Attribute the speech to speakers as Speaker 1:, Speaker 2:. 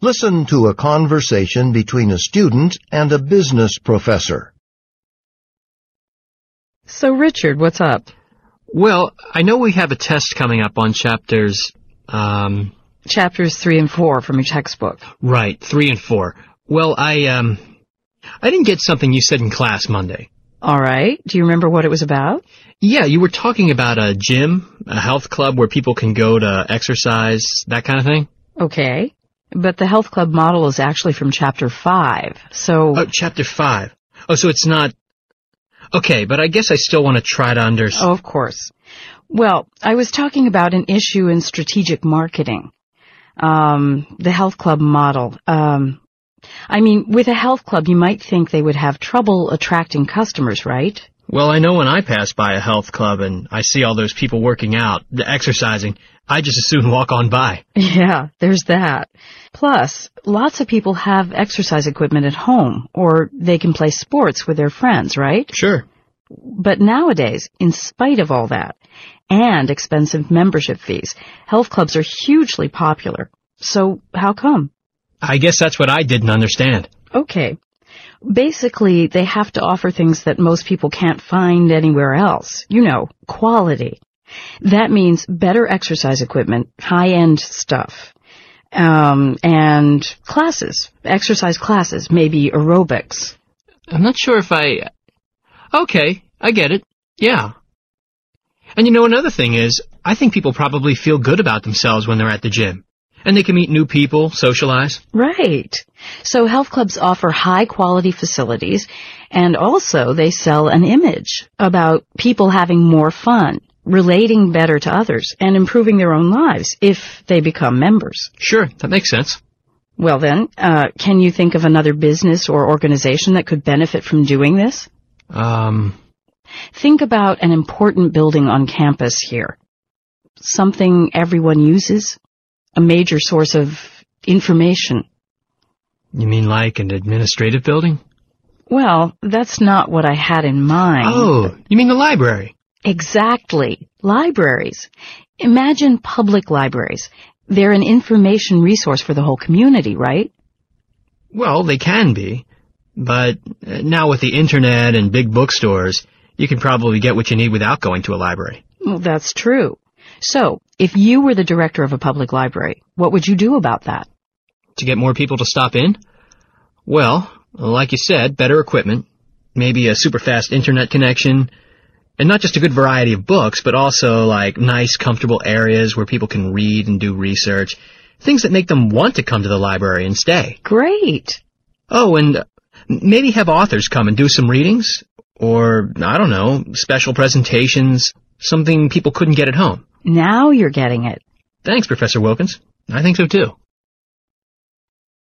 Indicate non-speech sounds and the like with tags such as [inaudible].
Speaker 1: Listen to a conversation between a student and a business professor.
Speaker 2: So, Richard, what's up?
Speaker 3: Well, I know we have a test coming up on chapters, um,
Speaker 2: Chapters 3 and 4 from your textbook.
Speaker 3: right, three and four. Well, I, um, I didn't get something you said in class Monday.
Speaker 2: All right. Do you remember what it was about?
Speaker 3: Yeah, you were talking about a gym, a health club where people can go to exercise, that kind of thing.
Speaker 2: Okay. But the health club model is actually from chapter 5. So,
Speaker 3: Oh, chapter five. Oh, so it's not. Okay, but I guess I still want to try to understand.
Speaker 2: oh, of course. Well, I was talking about an issue in strategic marketing. Um, the health club model. Um, I mean, with a health club, you might think they would have trouble attracting customers, right?
Speaker 3: Well, I know when I pass by a health club and I see all those people working out, exercising, I just as soon walk on by.
Speaker 2: [laughs] Yeah, there's that. Plus, lots of people have exercise equipment at home, or they can play sports with their friends, right?
Speaker 3: Sure.
Speaker 2: But nowadays, in spite of all that, and expensive membership fees, health clubs are hugely popular. So, how come?
Speaker 3: I guess that's what I didn't understand.
Speaker 2: Okay. Basically, they have to offer things that most people can't find anywhere else. You know, quality. That means better exercise equipment, high-end stuff. Um, and classes, exercise classes, maybe aerobics.
Speaker 3: I'm not sure if I. Okay, I get it. Yeah. And you know, another thing is, I think people probably feel good about themselves when they're at the gym. And they can meet new people, socialize.
Speaker 2: Right. So health clubs offer high quality facilities and also they sell an image about people having more fun, relating better to others, and improving their own lives if they become members.
Speaker 3: Sure, that makes sense.
Speaker 2: Well then, uh, can you think of another business or organization that could benefit from doing this?
Speaker 3: Um,
Speaker 2: Think about an important building on campus here. Something everyone uses. A major source of information.
Speaker 3: you mean like an administrative building?
Speaker 2: Well, that's not what I had in mind.
Speaker 3: Oh, you mean the library?
Speaker 2: Exactly. Libraries. Imagine public libraries. They're an information resource for the whole community, right?
Speaker 3: Well, they can be. But uh, now with the internet and big bookstores, you can probably get what you need without going to a library.
Speaker 2: Well, that's true. So, if you were the director of a public library, what would you do about that?
Speaker 3: to get more people to stop in? Well, like you said, better equipment, maybe a super fast internet connection, and not just a good variety of books, but also like nice, comfortable areas where people can read and do research. Things that make them want to come to the library and stay.
Speaker 2: Great.
Speaker 3: Oh, and uh, maybe have authors come and do some readings, or, I don't know, special presentations, something people couldn't get at home.
Speaker 2: Now you're getting it.
Speaker 3: Thanks, Professor Wilkins. I think so too.